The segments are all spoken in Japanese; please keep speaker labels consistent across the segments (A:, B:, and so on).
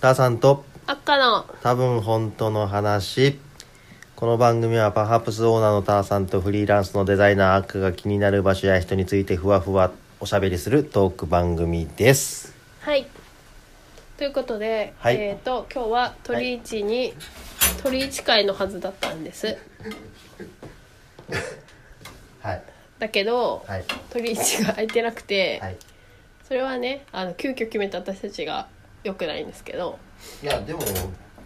A: タさんと
B: あっかの
A: 多分本当の話この番組はパハプスオーナーのターさんとフリーランスのデザイナーアッカが気になる場所や人についてふわふわおしゃべりするトーク番組です
B: はいということで、
A: はい
B: えっ、と今日は鳥市に、鳥市会のはずだったんです
A: はい
B: だけど、
A: はい
B: 鳥市が空いてなくて、
A: はい
B: それはねあの急遽決めた私たちが良くないんですけど
A: いやでも今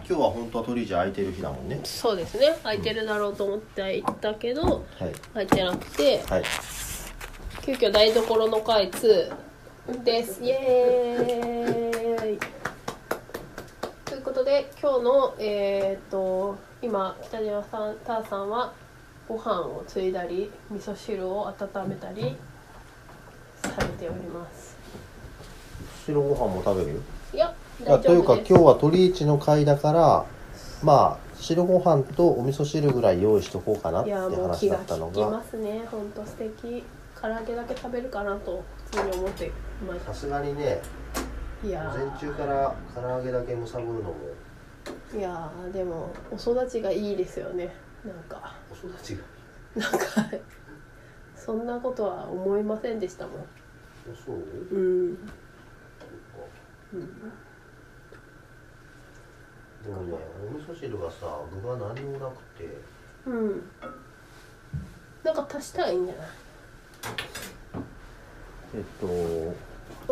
A: 日は本当は鳥じゃ空いてる日だもんね
B: そうですね空いてるだろうと思って行ったけど
A: はい
B: 空いてなくて
A: はい
B: 急遽台所の会2ですイエーイということで今日のえーっと今北島さんターさんはご飯をついだり味噌汁を温めたりされております
A: 白ご飯も食べるよ
B: いや
A: いや
B: 大
A: とい
B: 丈
A: うか
B: 夫です
A: 今日は鳥市の会だからまあ白ご飯とお味噌汁ぐらい用意しとこうかなっ
B: い
A: て
B: やもう
A: 話
B: 気
A: だ
B: が
A: ったの
B: 利き
A: が
B: ますね本当素敵唐揚げだけ食べるかなと普通に思っていまし
A: さすがにね
B: たいや
A: 午
B: ー
A: 前中から唐揚げだけむさぶるのも
B: いやーでもお育ちがいいですよねなんか
A: お育ちが
B: なんかそんなことは思いませんでしたもん
A: そう
B: うん
A: でもねお味噌汁がさ具が何もなくて
B: うんなんか足したらいいんじゃない
A: えっと
B: う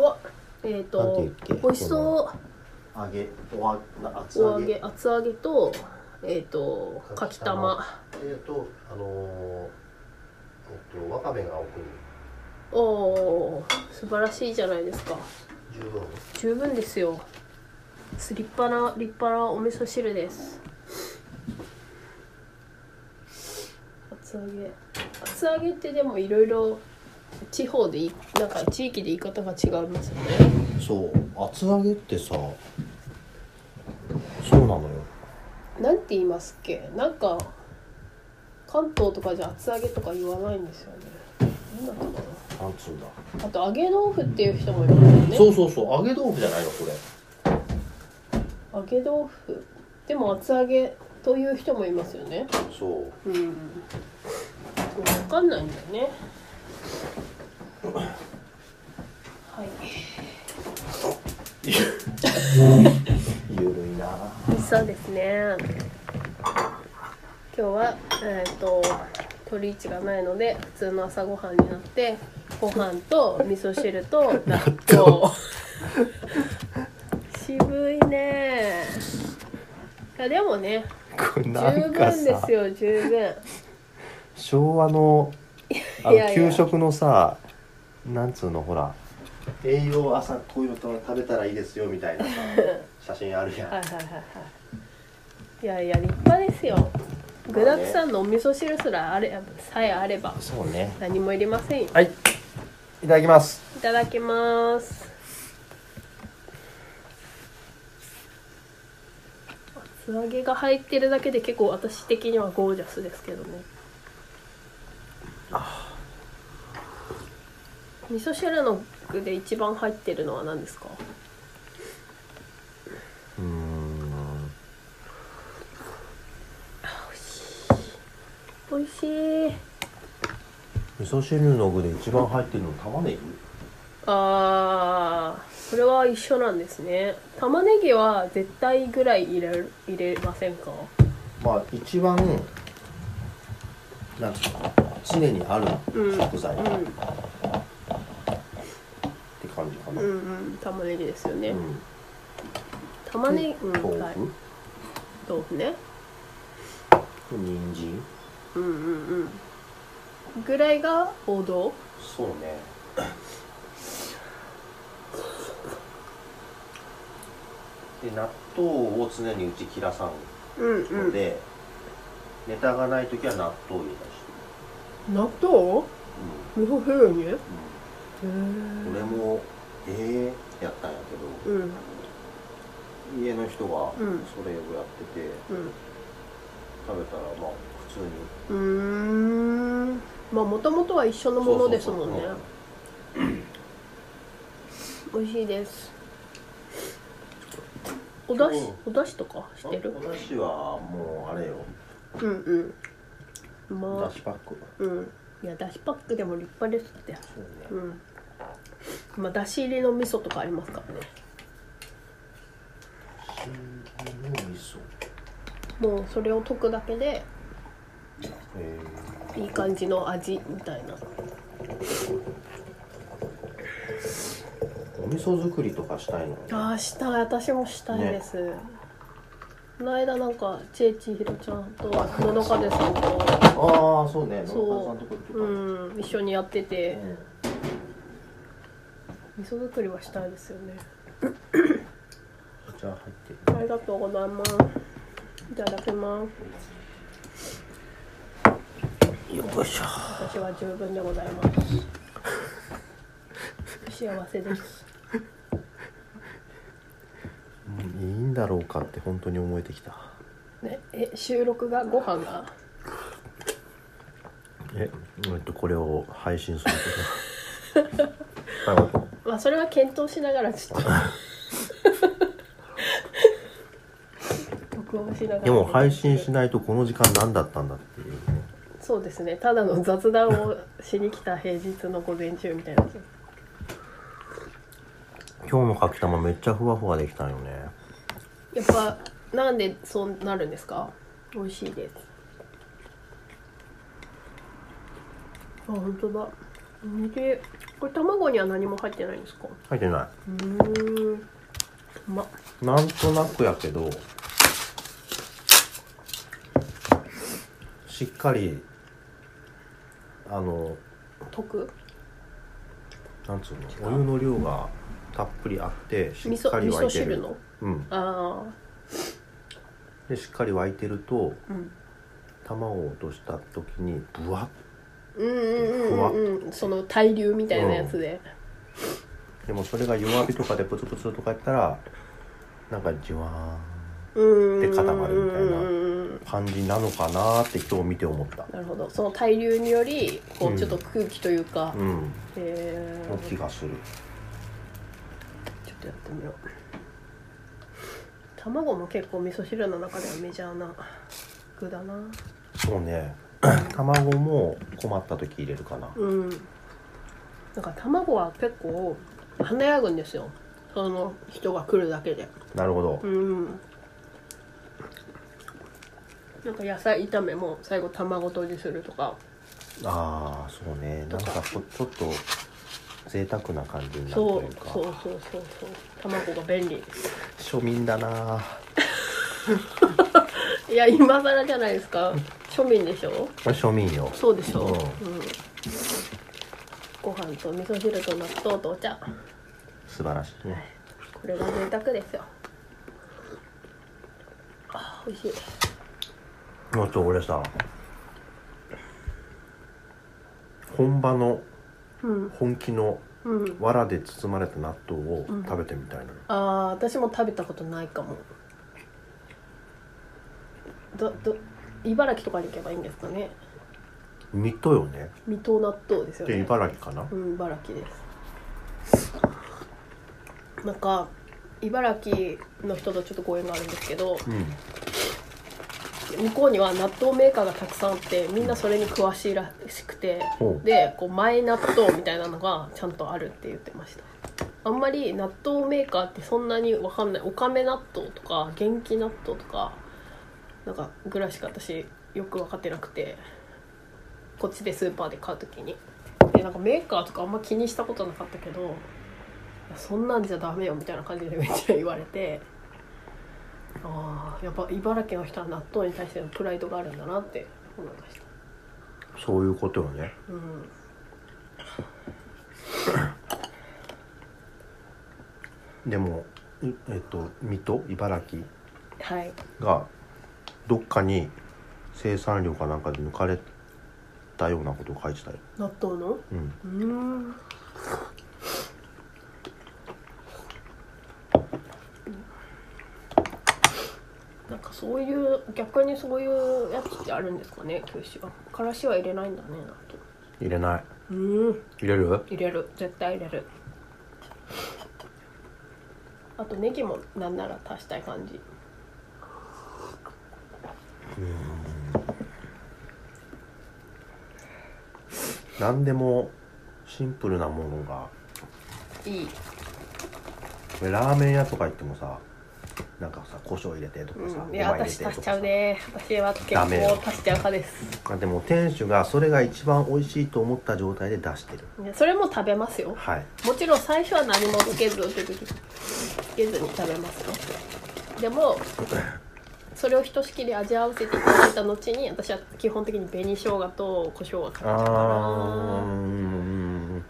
B: わえっ、
A: なんて
B: と
A: 言うっけ
B: 美味しそ
A: 揚げおあな厚
B: うお
A: 揚
B: 揚
A: げ
B: げ厚揚げとえっ、とかきたま
A: えっとあのーえっとわかめが奥に
B: おおー素晴らしいじゃないですか
A: 十分
B: 十分ですよ立派な立派なお味噌汁です厚揚げ厚揚げってでもいろいろ地方でいなんか地域で言い方が違いますよね
A: そう厚揚げってさそうなのよ
B: なんて言いますっけなんか関東とかじゃ厚揚げとか言わないんですよねなんだったか
A: なんつうんだ
B: なあと揚げ豆腐っていう人もいますよね
A: うそうそう揚げ豆腐じゃないのこれ
B: 揚げ豆腐でも厚揚げという人もいますよね
A: そう
B: うん分かんないんだよねはい
A: ゆるいな
B: そうですね今日はえっ、と鳥市がないので普通の朝ごはんになってご飯と味噌汁と納豆 渋いねいやでもね
A: これ
B: 十
A: なん
B: 分
A: か
B: で
A: さ
B: すよ十分
A: 昭和のあ
B: い
A: の
B: やいや
A: 給食のさなんつうのほら栄養朝こういうの食べたらいいですよみたい なさ写真あるやん、
B: はいはいはいはいいやいや立派ですよ具だくさんのお味噌汁すらあれさえあれば
A: そうね
B: 何もいりませんよ
A: はいいただきます
B: いただきます厚揚げが入ってるだけで結構私的にはゴージャスですけどね味噌汁の具で一番入ってるのは何ですか
A: うーん
B: 美味しい
A: 味噌汁の具で一番入ってるの玉ねぎ
B: ああそれは一緒なんですね玉ねぎは絶対ぐらい入れる入れませんか
A: まあ一番なんつうの常にある
B: うん
A: 食材っ
B: うん
A: て感じかな、
B: うんうん玉ねぎですよね、
A: うん
B: 玉ねぎ、うん、
A: 豆
B: はい
A: 腐、
B: 豆腐ね
A: 人参
B: うんうんうんぐらいが王道
A: そうねで納豆を常にうち切らさん
B: うん
A: ので、ネタがない時は納豆を入れたりして
B: 納豆日本風にへ
A: る、うん
B: え
A: 俺もええやったんやけど、
B: うん
A: 家の人が
B: うん
A: それをやってて、食べたらまあ普通に
B: うんうーんまあもともとは一緒のものですもんね
A: そうそう
B: 美味しいですおだしおだしとかしてる
A: お出汁はもうあれよ
B: うんうんま
A: だ
B: あ
A: しパック
B: うんいやだしパックでも立派ですって
A: そうね
B: うんまあだし入りの味噌とかありますからね
A: うん味噌
B: もうそれを溶くだけで
A: え
B: いい感じの味みたいな
A: ー、お味噌作りとかしたいの
B: ああしたい私もしたいです、この間なんかちえちひろちゃんと野々風さんと
A: ああそうね
B: そう
A: 農家さんとこ行ってた
B: うん一緒にやってて
A: うん
B: 味噌作りはしたいですよね
A: じゃあ入ってる
B: ありがとうございますいただきます
A: よいしょ
B: 私は十分でございます幸せです
A: いいんだろうかって本当に思えてきた
B: ねえ収録がご飯が
A: ええっとこれを配信する ことなるほど
B: まあそれは検討しながらちょっと録音しながら
A: でも配信しないとこの時間何だったんだっていうね
B: そうですねただの雑談をしに来た平日の午前中みたいな
A: 今日のかきたまめっちゃふわふわできたよね
B: やっぱなんでそうなるんですか美味しいですあ本当だでこれ卵には何も入ってないんですか
A: 入ってな
B: うーんうまっ
A: いなんとなくやけどしっかりあの
B: 溶く
A: なんつうのお湯の量がたっぷりあってし
B: 味
A: っ
B: 噌
A: かり
B: 味
A: 沸
B: 噌
A: いて
B: 汁
A: る
B: の
A: うん
B: あ
A: でしっかり沸いてると
B: あうん
A: 卵を落とした時にブワッ
B: うんうんうんうんその対流みたいなやつで、
A: でもそれが弱火とかでプツプツとかやったらなんかじわーん
B: うん、
A: で固まるみたいな
B: うんうんうん
A: 感じなのかなーって今日見て思った
B: なるほどその対流によりこ
A: う
B: うんちょっと空気というか、
A: うん
B: え
A: の
B: ー、
A: 気がする
B: ちょっとやってみよう卵も結構味噌汁の中ではメジャーな具だな
A: そうね 卵も困った時入れるかな
B: うんなんか卵は結構華やぐんですよその人が来るだけで
A: なるほど
B: うんなんか野菜炒めも最後卵とじするとか
A: ああそうねなんかこちょっと贅沢な感じになる
B: そ
A: と
B: う
A: いう
B: そう
A: か
B: そうそうそう卵が便利
A: 庶民だなー
B: いや今更じゃないです か庶民でしょ
A: これ庶民よ
B: そうでし
A: う
B: ょ、うんんご飯と味噌汁と納豆とお茶
A: 素晴らしいね
B: これが贅沢ですよあー美味しい
A: もうちょ俺さ本場の
B: うん
A: 本気の
B: うん
A: 藁で包まれた納豆を食べてみたいな、
B: ああ私も食べたことないかもどど茨城とかに行けばいいんですかね
A: 水戸よね
B: 水戸納豆ですよ
A: で
B: ね
A: 茨城かな、
B: うん茨城ですなんか茨城の人とちょっとご縁があるんですけど、
A: うん、
B: 向こうには納豆メーカーがたくさんあってみんなそれに詳しいらしくて
A: ほう
B: でこうマイ納豆みたいなのがちゃんとあるって言ってましたあんまり納豆メーカーってそんなにわかんないおかめ納豆とか元気納豆とかなんかぐらいしか私よく分かってなくてこっちでスーパーで買う時にでなんかメーカーとかあんま気にしたことなかったけどいやそんなんじゃダメよみたいな感じでめっちゃ言われてああやっぱ茨城の人は納豆に対してのプライドがあるんだなって思いました
A: そういうことよね
B: うん
A: でもいえっと水戸茨城
B: はい
A: がどっかに生産量かなんかで抜かれたようなことを書いてたよ、
B: 納豆の
A: うん、
B: うーんなんかそういう逆にそういうやつってあるんですかね九州はからしは入れないんだね納
A: 入れない
B: 豆うん
A: 入れる
B: 入れる絶対入れるああとネギもなんなら足したい感じ
A: 何でもシンプルなものが
B: いい
A: これラーメン屋とか行ってもさなんかさ胡椒入れてとかさ、
B: うん、いや
A: ごま入れ
B: 私
A: てと
B: 足
A: か
B: しち
A: さ
B: ゃうね私は結構
A: ダメよ
B: 足しちゃう派です
A: あでも店主がそれが一番美味しいと思った状態で出してる
B: いやそれも食べますよ
A: はい
B: もちろん最初は何もつけずつけずに食べますよでもそれをひとしきり味合わせていただいた後に私は基本的に紅生姜と胡椒がかけちゃう
A: あ
B: か
A: ーうん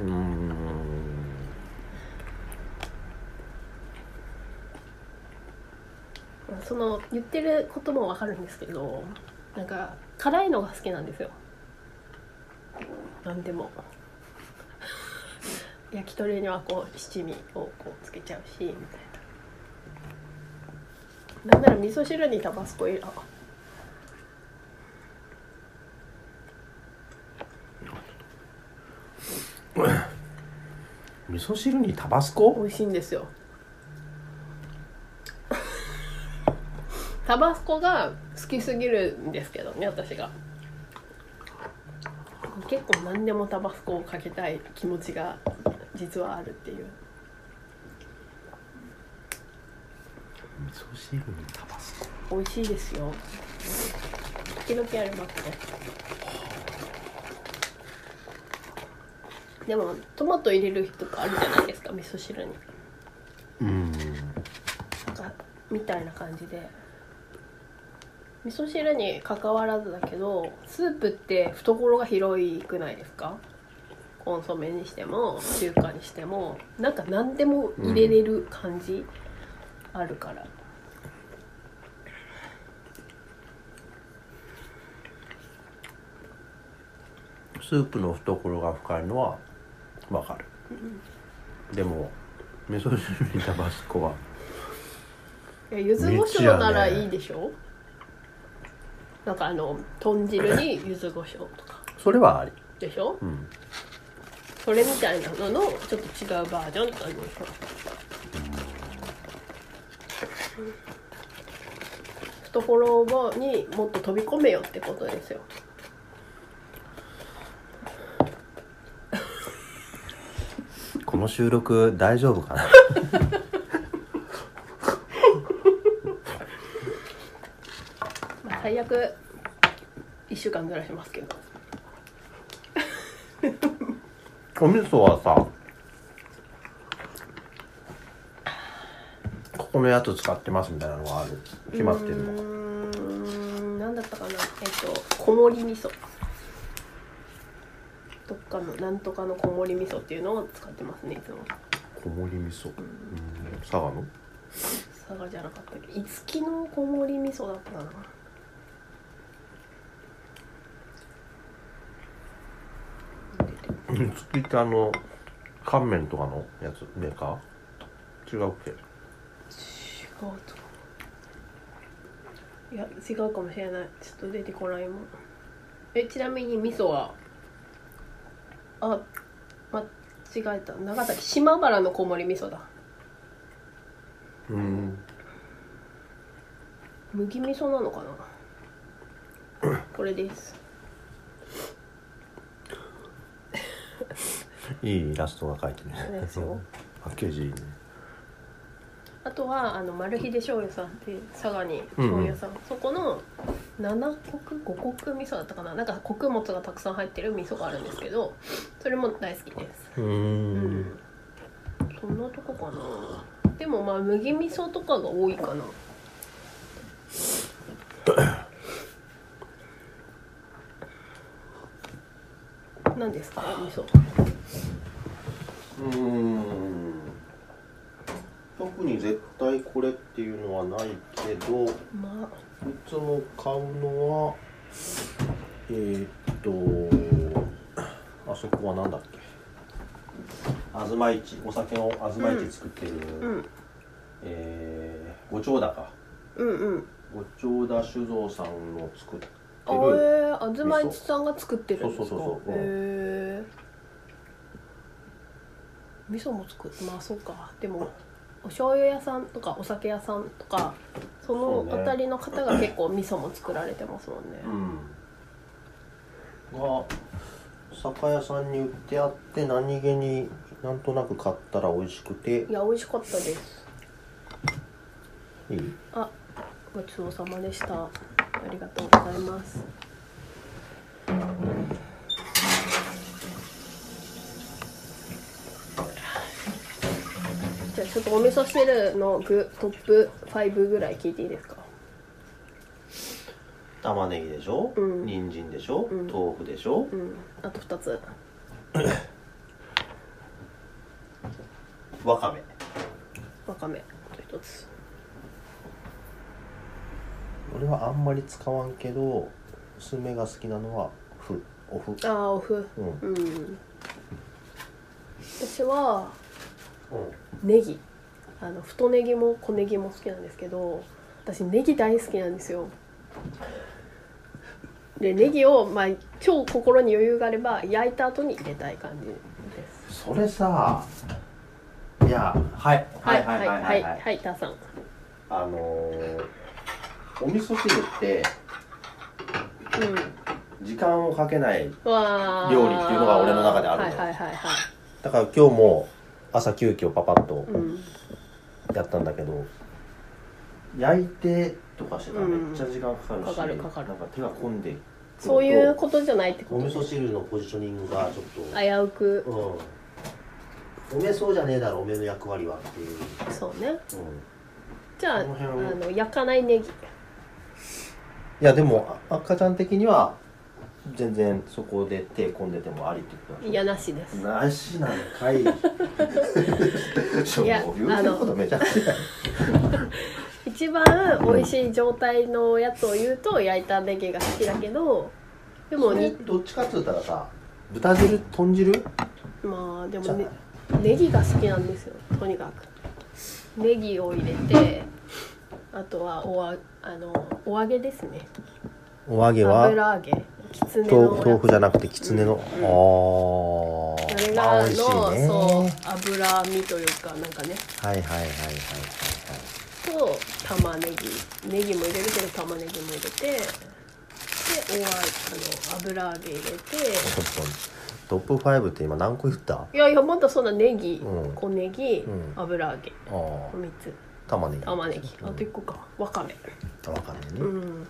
A: うん
B: らその言ってることもわかるんですけどなんか辛いのが好きなんですよなんでも 焼き鳥にはこう七味をこうつけちゃうしみたいななんなら味噌汁にタバスコ入れあ
A: 味噌汁にタバス
B: 美
A: コ
B: 味しいんですよタバスコが好きすぎるんですけどね私が結構何でもタバスコをかけたい気持ちが実はあるっていう
A: 味噌汁にタバスコ
B: 美味しいですよ時々ありますねでもトマト入れる人とかあるじゃないですか味噌汁に
A: うん
B: なんかみたいな感じで味噌汁に関わらずだけどスープって懐が広いくないですかコンソメにしても中華にしてもなんか何でも入れれる感じあるから、
A: スープの懐が深いのはわかる、でも味噌汁にタバスコはい
B: や柚子胡椒ならいいでしょ、なんかあの豚汁に柚子胡椒とか
A: それはあり
B: でしょ
A: うん
B: それみたいなののちょっと違うバージョンって感じでしょ懐をにもっと飛び込めよってことですよ
A: この収録大丈夫かな
B: まあ、最悪1週間ずらしますけど
A: お味噌はさここのやつ使ってますみたいなのがある決まってる
B: う
A: のか
B: ーん何だったかなえっとこもり味噌どっかのなんとかのこもり味噌っていうのを使ってますねいつも
A: 小盛り味噌うん佐賀の
B: 佐賀じゃなかったっけいつきのこもり味噌だったかな
A: うん月ってあの乾麺とかのやつメーカー違うっけ
B: 違うといや違うかもしれないちょっと出てこないもんえちなみに味噌はあ間違えた長崎島原のこもり味噌だ
A: うん
B: 麦味噌なのかなこれです
A: いいイラストが書いてる
B: そう
A: ね
B: ですよ
A: パッケージいいね
B: あとはあの丸秀醤油さんっていう佐賀に醤油屋さん、そこの七穀五穀味噌だったかななんか穀物がたくさん入ってる味噌があるんですけどそれも大好きです
A: う
B: うん
A: ん
B: そんなとこかなでもまあ麦味噌とかが多いかな何ですか味噌
A: うん特に絶対これっていうのはないけどい
B: ま
A: つも買うのはえー、っとあそこはなんだっけ東市お酒の東市作ってる、
B: あ、うん、
A: えー、ご長だか
B: うんうん
A: ご長田酒造さんの作って
B: あ
A: る
B: えー、あずまいちさんが作ってるんですか
A: そうそうそうそううん
B: へえ味噌も作ってまあそうかでもお醤油屋さんとかお酒屋さんとかその
A: そうね
B: 辺りの方が結構味噌も作られてますもんね
A: うんが酒屋さんに売ってあって何気になんとなく買ったら美味しくて
B: いや美味しかったです
A: いい
B: あごちそうさまでしたありがとうございますじゃあちょっとお味噌汁の具トップ5ぐらい聞いていいですか
A: 玉ねぎでしょ、
B: うん
A: 人参でしょ、
B: うん
A: 豆腐でしょ、
B: うんあと2つ
A: わかめ
B: わかめあと1つ
A: 俺はあんまり使わんけど娘が好きなのはふおふ
B: ああお麩
A: うん、うん、
B: うん私はネギあの太ネギも小ネギも好きなんですけど私ネギ大好きなんですよでネギをまあ超心に余裕があれば焼いた後に入れたい感じです
A: それさいや、はい、はいはいはいはいはい
B: はいターさん
A: あのーお味噌汁って
B: う
A: 時間をかけない
B: んわー
A: 料理っていうのが俺の中であるの
B: はいはいはいはい
A: だから今日も朝急遽パパッと
B: うん
A: やったんだけど、焼いてとかしてたらめっちゃ時間かかるし、
B: うんかかるかかる
A: なんか手が込んでくると
B: そういうことじゃないってこ
A: お
B: と
A: 味噌汁のポジショニングがちょっと
B: 危うく
A: うんおめそうじゃねえだろおめの役割はっていう、
B: そうね
A: うん、い
B: じゃああ
A: この辺を
B: の焼かないネギ
A: やでもあ赤ちゃん的には全然そこで手込んでてもありってことなんでしょ
B: いやなしです
A: なしなんかい そう
B: いや
A: 言うてることめちゃくちゃや
B: 一番美味しい状態のやつを言うと焼いたネギが好きだけどでもに
A: どっちかっつったらさ豚汁豚汁
B: まあで
A: じ
B: も
A: ゃない
B: ねネギが好きなんですよとにかくネギを入れてあとはおわあのお揚げですね
A: お揚げは
B: 油揚げきつねの
A: 豆豆腐じゃなくてきつねの、あ
B: そ
A: ー
B: れ
A: あー
B: が
A: 美
B: の、
A: 味しいね
B: そう脂身というかなんかね
A: はいはいはいはいはい
B: と玉ねぎネギも入れるけど玉ねぎも入れてでおわあの油揚げ入れて
A: ちょっとトップ5って今何個言ったあ
B: いやいやまだそんなネギ、
A: うん
B: 小ネギ、
A: うん
B: 油揚げ
A: ー
B: 3つ
A: 玉ねぎ
B: 玉ねぎ
A: うん
B: あと1個かわかめ
A: わかんないね、
B: うん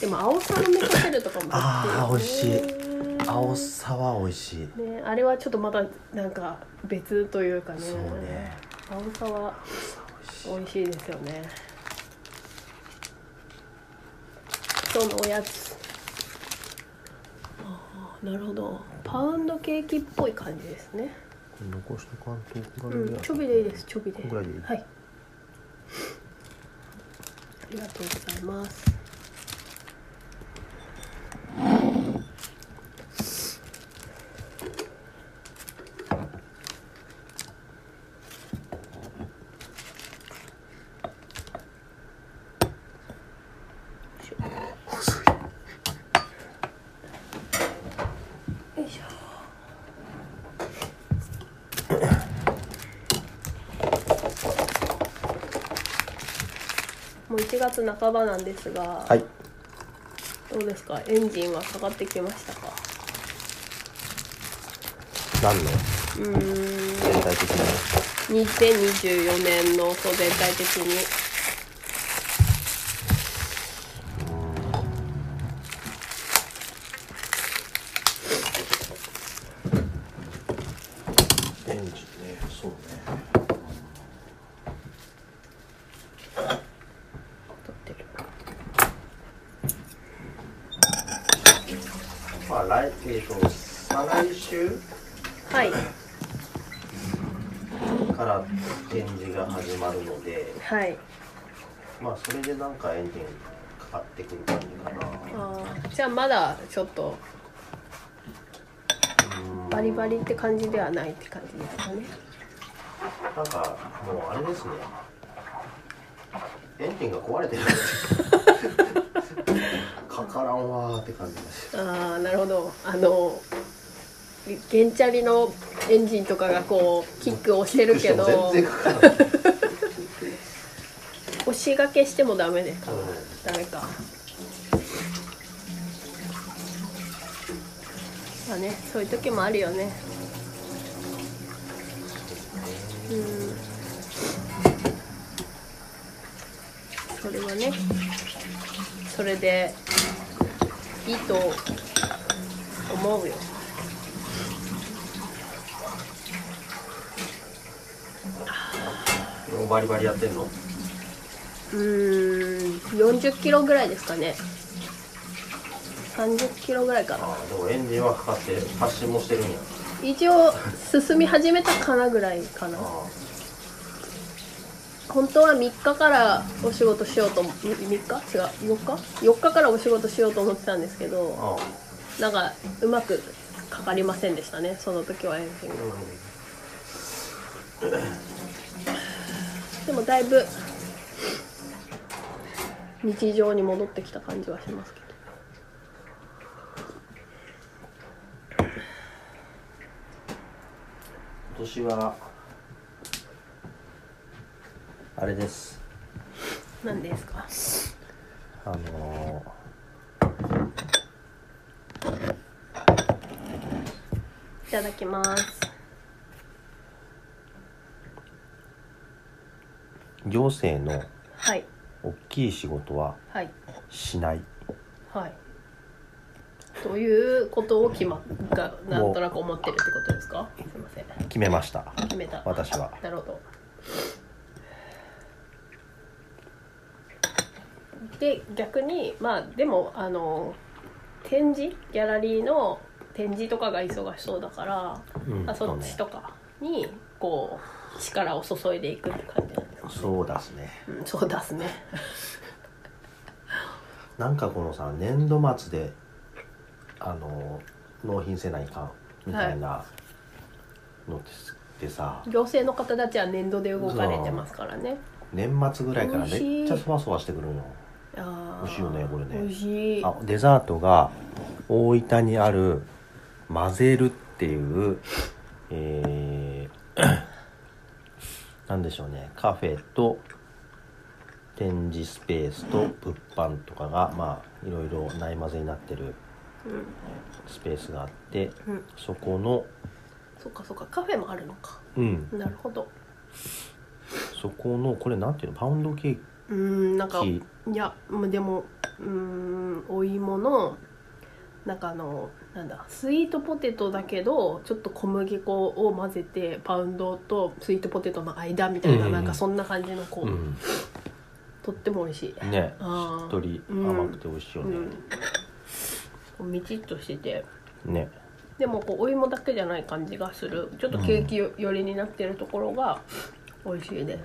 B: でも青さの味噌汁とかも
A: あー美味しい
B: ね
A: 青さは美味しい、
B: ねあれはちょっとまだなんか別というかね
A: そうね
B: 青さは美味しいですよね今日のおやつああなるほどパウンドケーキっぽい感じですね
A: 残しとかんといけない
B: うん、
A: や
B: ちょびでいいです、ちょびで。
A: こんぐらいでいい
B: はい。ありがとうございます。よいしょ。もう1月半ばなんですが、
A: はい
B: どうですかエンジンはかかってきましたか
A: 何の
B: うーん
A: 全体的に
B: 2024年のそう全体的に
A: エンジンねそうね
B: 撮ってる
A: まあ来えっ、と再来週
B: はい
A: から展示が始まるので
B: はい
A: まあそれでなんかエンジンかかってくる感じかな
B: あーじゃあまだちょっと
A: うん
B: バリバリって感じではないって感じですかね
A: なんかもうあれですねエンジンが壊れて るかからんわーって感じです
B: ああなるほどあの原チャリのエンジンとかがこうキックをしてるけど
A: 全然かからない
B: 星掛けしてもダメですかダメかまあねそういう時もあるよねうんそれはねそれでいいと思うよ
A: もうバリバリやってんの
B: うーん40キロぐらいですかね30キロぐらいかな
A: ああでもエンジンはかかって発進もしてるんや
B: 一応進み始めたかなぐらいかな
A: あ
B: 本当は3日からお仕事しようと思3日違う4日4日からお仕事しようと思ってたんですけ
A: あ
B: ど
A: ああ
B: なんかうまくかかりませんでしたねその時はエンジンが
A: う
B: でもだいぶ日常に戻ってきた感じはしますけど
A: ん今年はあれです
B: 何ですか
A: あの
B: いただきます
A: ー行政の
B: はい
A: 大きい仕事は
B: はい
A: しない
B: はい。ということを決まがなんとなく思ってるってことですか。すみません。
A: 決めました
B: 決めた。
A: 私は
B: なるほど。で逆にまあでもあの展示ギャラリーの展示とかが忙しそうだから、
A: うん
B: あそっちとかにこう力を注いでいくって感じなんですか。
A: そうですね
B: うん、そうですね。
A: なんかこのさ年度末であの納品せないかんみたいなのってさ、
B: 行政の方たちは年度で動かれてますからね。
A: 年末ぐらいから
B: 美味しい
A: めっちゃそわそわしてくるの
B: あー
A: 美味しいよねこれね
B: 美味しい
A: あデザートが大分にある「混ぜる」っていう、えー なんでしょうねカフェと展示スペースと物販とかがまあいろいろない混ぜになってる
B: うん
A: スペースがあって
B: うん、
A: そこの
B: そっかそっかカフェもあるのか
A: うん
B: なるほど
A: そこのこれなんていうのパウンドケー
B: うーんなんかい
A: キ
B: やまあでもうーんお芋のなんかあのなんだスイートポテトだけどちょっと小麦粉を混ぜてパウンドとスイートポテトの間みたいな、
A: うん
B: なんかそんな感じのこう、
A: うん
B: とっても美味しい、
A: ねし
B: あー
A: っとり
B: うん
A: 甘くて美味しいよね、
B: うんみちっとしてて
A: ね
B: でもこうお芋だけじゃない感じがするちょっとケーキよ寄りになってるところが美味しいです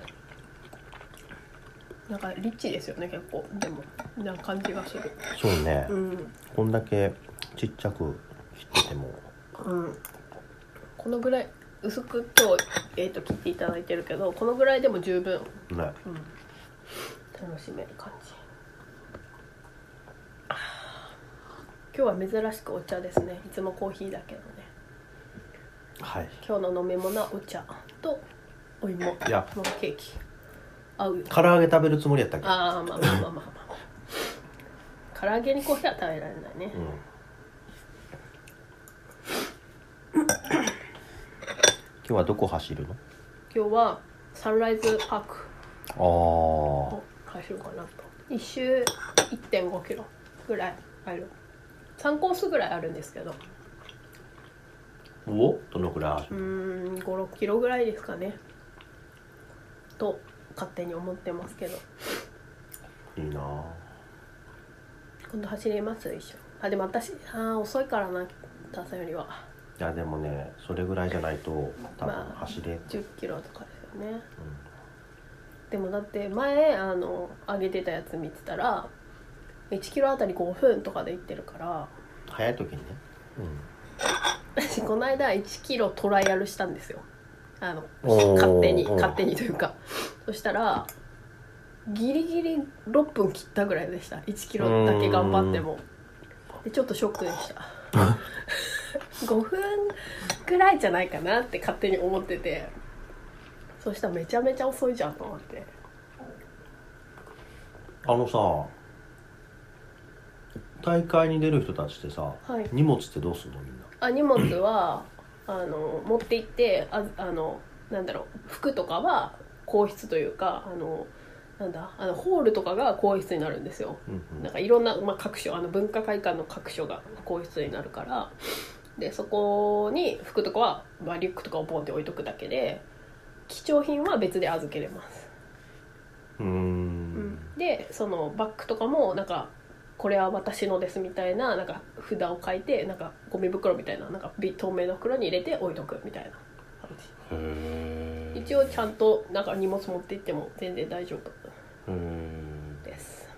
B: なんかリッチですよね結構でもな感じがする
A: そうね、
B: うん、
A: こんだけちっちゃく切ってても
B: うん、このぐらい薄く今日、えー、と切っていただいてるけどこのぐらいでも十分、
A: ね
B: うん、楽しめる感じあー今日は珍しくお茶ですねいつもコーヒーだけどね
A: はい
B: 今日の飲み物はお茶とお芋の
A: いや
B: ケーキ合うよ
A: 唐揚げ食べるつもりやったっけど
B: あーまあまあまあまあまあ唐揚げにコーヒーは食べられないね
A: うん今日はどこ走る
B: 今日はサンライズパーク
A: の
B: を走ろうかなと一周1 5キロぐらいある3コースぐらいあるんですけど
A: ああおどのくらい走
B: う
A: る
B: ーん56キロぐらいですかねと勝手に思ってますけど
A: いいなあ
B: 今度走ります一緒あでも私あー遅いからな田さんよりはい
A: やでもねそれぐらいじゃないと多分
B: まあ
A: 走れ、
B: 10キロとかですよねでもだって前あの上げてたやつ見てたら1キロあたり5分とかで行ってるから
A: うん、早い時にね、
B: 私この間1キロトライアルしたんですよあの
A: おー
B: 勝手に
A: おー
B: 勝手にというかそしたらギリギリ6分切ったぐらいでした1キロだけ頑張ってもでちょっとショックでした5分ぐらいじゃないかなって勝手に思っててそしたらめちゃめちゃ遅いじゃんと思って
A: あのさ大会に出る人たちってさ、
B: はい
A: 荷物ってどうすんのみんな
B: あ荷物はあの持って行ってああのなんだろう服とかは皇室というかあのなんだあのホールとかが皇室になるんですよ
A: うんうん
B: なんかいろんな、まあ、各所あの文化会館の各所が皇室になるからでそこに服とかは、まあ、リュックとかをポンって置いとくだけで貴重品は別で預けれます、
A: うーん
B: でそのバッグとかもなんかこれは私のですみたいななんか札を書いてなんかゴミ袋みたいななんかび透明の袋に入れて置いとくみたいな感
A: へえ
B: じ一応ちゃんとなんか荷物持って行っても全然大丈夫
A: へ
B: です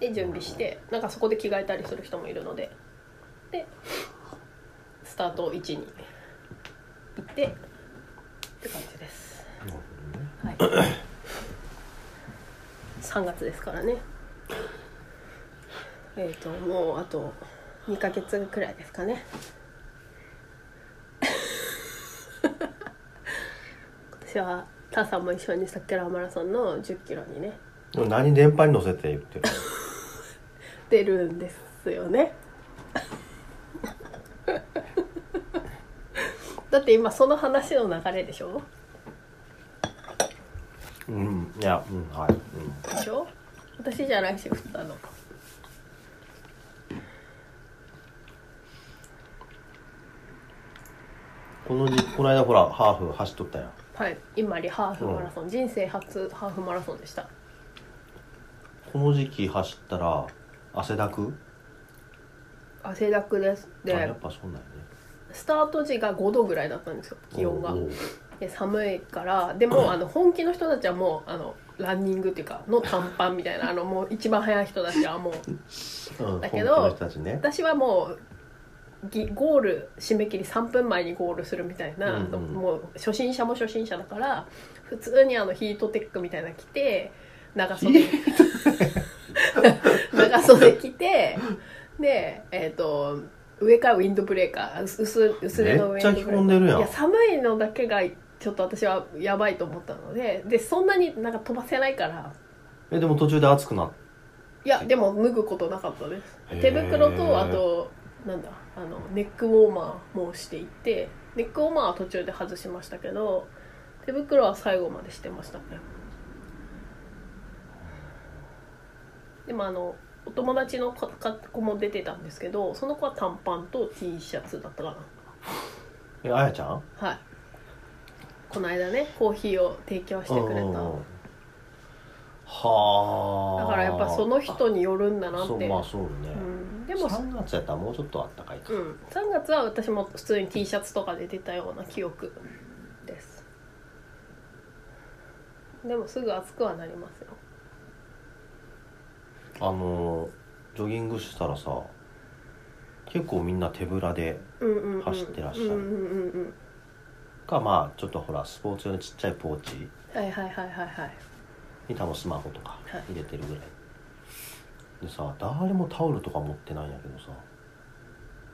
B: で準備してなんかそこで着替えたりする人もいるのででスタート位置に行ってって感じです、はい、3月ですからねえっ、ともうあと2ヶ月くらいですかね 今年はターさんも一緒にさっきのマラソンの1 0キロにね
A: え何電波に乗せて言ってる
B: 出るんですよね だって今その話の流れでしょ
A: うんいやうんはい、うん
B: でしょ私じゃないし振ったの
A: このじこの間ほらハーフ走っとったやん
B: はい今里ハーフマラソン、人生初ハーフマラソンでした
A: この時期走ったら汗だく
B: 汗だくです
A: あや
B: で
A: っぱそうなんやね
B: スタート時が5度ぐらいだったんですよ気温が
A: おうおう
B: で寒いからでもあの本気の人たちはもうあのランニングっていうかの短パンみたいなあのもう一番速い人たちはもう
A: うん
B: だけど
A: 本気の人たちね
B: 私はもうぎゴール締め切り3分前にゴールするみたいな、
A: うんうん
B: もう初心者も初心者だから普通にあのヒートテックみたいなの着て長袖長袖着てでえっ、と上からウィンドブレーカー薄薄薄手のウィンドブレーカー
A: めっちゃ着込んでるやん
B: いや寒いのだけがちょっと私はやばいと思ったのででそんなになんか飛ばせないから
A: えでも途中で暑くなっ
B: いやでも脱ぐことなかったです
A: へー
B: 手袋とあとなんだあのネックウォーマーもしていてネックウォーマーは途中で外しましたけど手袋は最後までしてましたねでもあのお友達の子子も出てたんですけどその子は短パンと T シャツだったか
A: えあやちゃん
B: なはいこの間ねコーヒーを提供してくれ
A: うんうんうん
B: た
A: はあ
B: だからやっぱその人によるんだな
A: そ
B: っ
A: う
B: て
A: まあそうね、
B: うん、で
A: で
B: も
A: も3月やったらもうちょっとあったかいか、
B: うん、3月は私も普通に T シャツとかで出たような記憶ですでもすぐ暑くはなりますよ
A: あのジョギングしたらさ結構みんな手ぶらで
B: うんうん、うん、
A: 走ってらっしゃる
B: うんうんうんうん
A: かまあちょっとほらスポーツ用のちっちゃいポーチ
B: はいはいはいはいはい
A: に多分スマホとか
B: はい
A: 入れてるぐらい、でさ誰もタオルとか持ってないんやけどさ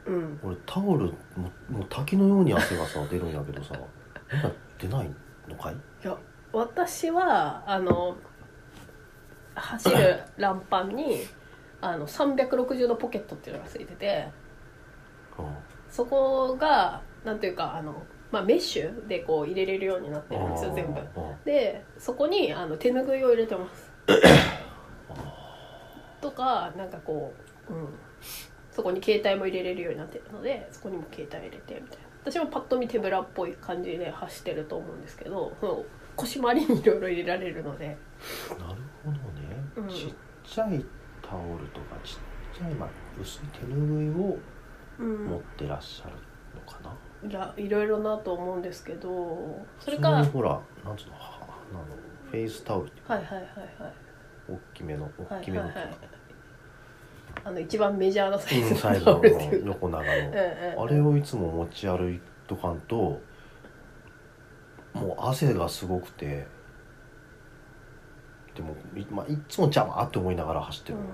B: うん
A: 俺タオルももう滝のように汗がさ出るんやけどさ みんな出ないのかい
B: いや私はあの走るランパンにあの360度ポケットっていうのがついてて
A: う
B: そこがなんていうかあの、まあ、メッシュでこう入れれるようになって
A: ん
B: るんですよ全部
A: うんうん
B: でそこにあの手ぬぐいを入れてます とかなんかこう、うん、そこに携帯も入れれるようになってるのでそこにも携帯入れてみたいな私もパッと見手ぶらっぽい感じで走ってると思うんですけどその腰回りにいろいろ入れられるので
A: なるほど
B: うん
A: ね、ちっちゃいタオルとかちっちゃい、まあ、薄い手ぬぐいを
B: う
A: 持っ
B: ん
A: てらっしゃるのかな、
B: いやいろいろなと思うんですけどそれか
A: 普
B: はい
A: 通にほらなんつうのはあのフェイスタオルっていうか
B: はいはいはい
A: 大きめの
B: は
A: 大
B: い
A: き
B: は
A: め
B: いは
A: の
B: いあの一番メジャーなサイ
A: うん
B: ズ
A: サイズ
B: のタオ
A: の
B: ルって いうか
A: 横長の
B: うんうん
A: あれをいつも持ち歩いとかんともう汗がすごくてでもい,、まあ、いつも邪魔って思いながら走ってるのよ、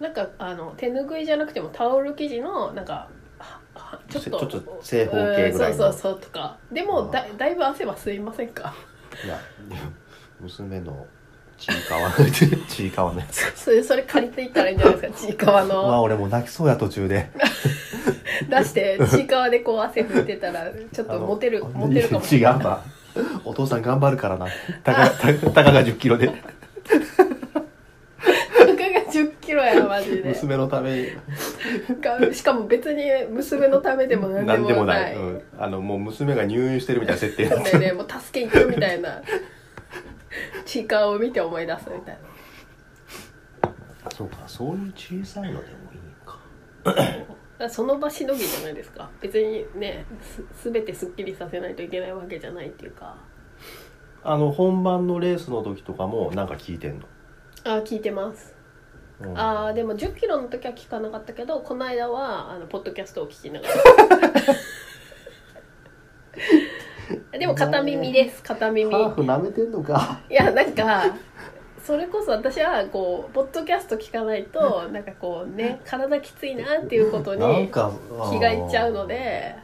B: うん、なんかあの手ぬぐいじゃなくてもタオル生地のなんかははちょっと
A: ちょっと正方形ぐらいの
B: うんそうそうそうとかでもだ
A: あ
B: だいぶ汗は吸いませんか
A: いやでも娘のちいかわ ちいかわのやつ
B: それそれ借りていったらいいんじゃないですかちいかわ
A: ま
B: の
A: あ俺もう泣きそうや途中で
B: 出してちいかわでこう汗拭いてたらちょっ
A: あ
B: と
A: の
B: モテるモテるかもし
A: 違う
B: れない
A: わお父さん頑張るからなたかたたかが1 0キロで
B: たかが10キロやろマジで
A: 娘のために
B: がしかも別に娘のためでも何
A: 何で
B: で
A: も
B: も
A: な、
B: ないい
A: うん、あのもう娘が入院してるみたいな設定
B: でねもう助け行くみたいなちいかわを見て思い出すみたいな
A: そうかそういう小さいのでもいいか
B: だからその場しのぎじゃないですか別にねす全てすっきりさせないといけないわけじゃないっていうか
A: あの本番のレースの時とかもなんか聞いてんの、
B: あー聞いてます
A: うん
B: あーでも1 0キロの時は聞かなかったけどこの間はあのポッドキャストを聞きなが らでも片耳です片耳
A: ハーフ舐めてんのか
B: いやなんかそれこそ私はこうポッドキャスト聞かないとなんかこうね体きついなっていうこと
A: なん
B: に
A: か
B: 気がいっちゃうので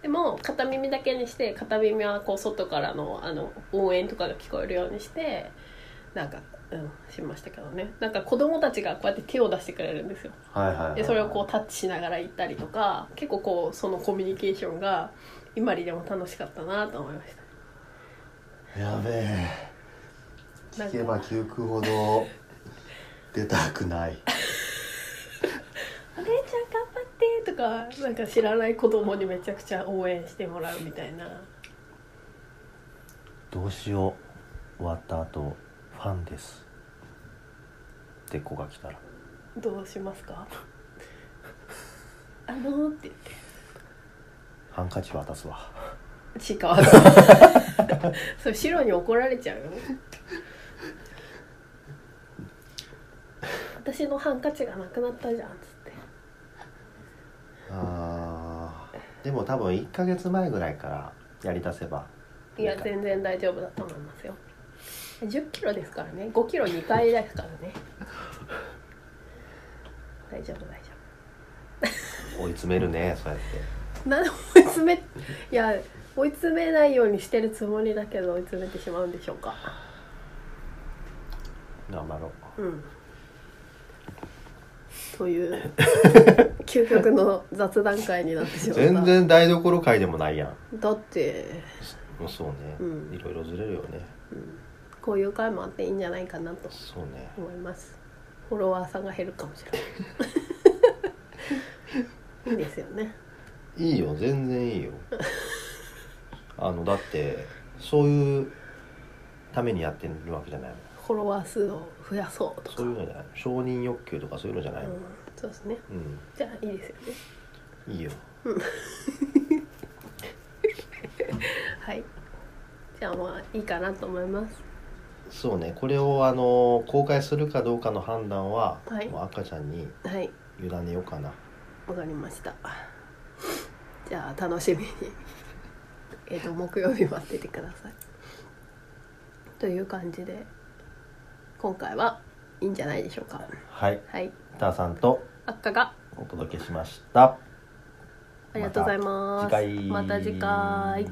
B: でも片耳だけにして片耳はこう外からのあの応援とかが聞こえるようにしてなんか、うん、しましたけどねなんか子供たちがこうやって手を出してくれるんですよ
A: はいはいはい、
B: でそれをこうタッチしながら行ったりとか結構こうそのコミュニケーションが今にでも楽しかったなと思いました
A: やべえ
B: なん
A: 聞
B: か
A: けば聞くほど出たくない
B: お姉ちゃん頑張ってとかなんか知らない子供にめちゃくちゃ応援してもらうみたいな
A: どうしよう終わった後ファンです」って子が来たら
B: どうしますかあのー、って言って
A: ハンカチ渡すわ
B: ちいかわそれシロに怒られちゃうよ私のハンカチがなくなったじゃんっつって
A: あーでも多分1ヶ月前ぐらいからやりだせば
B: いや全然大丈夫だと思いますよ1 0キロですからね5キロ2回ですからね大丈夫大丈夫
A: 追い詰めるねそうやって
B: なんで追い詰めいや追い詰めないようにしてるつもりだけど追い詰めてしまうんでしょうか
A: 頑張ろう
B: うんという究極の雑談会になってしまった
A: 全然台所会でもないやん
B: だって
A: もうそうね、
B: うん
A: いろいろずれるよね
B: こういう会もあっていいんじゃないかなと
A: そうね
B: 思いますフォロワーさんが減るかもしれないいいですよね
A: いいよ全然いいよあのだってそういうためにやってるわけじゃないもん
B: フォロワー数を増やそうとか
A: そういうのじゃない承認欲求とかそういうのじゃないもん
B: うん、そうですね
A: うん、
B: じゃあいいですよね
A: いいよ
B: はいじゃあまあいいかなと思います
A: そうねこれをあの公開するかどうかの判断は、
B: はい
A: もう赤ちゃんに
B: はい
A: 委ねようかな
B: わかりました。じゃあ楽しみに。 えっ、と木曜日待っててください。という感じで今回はいいんじゃないでしょうか。
A: はい
B: はい、
A: ターさんと
B: 悪化が
A: お届けしました
B: ありがとうございます。
A: 次回
B: また次回。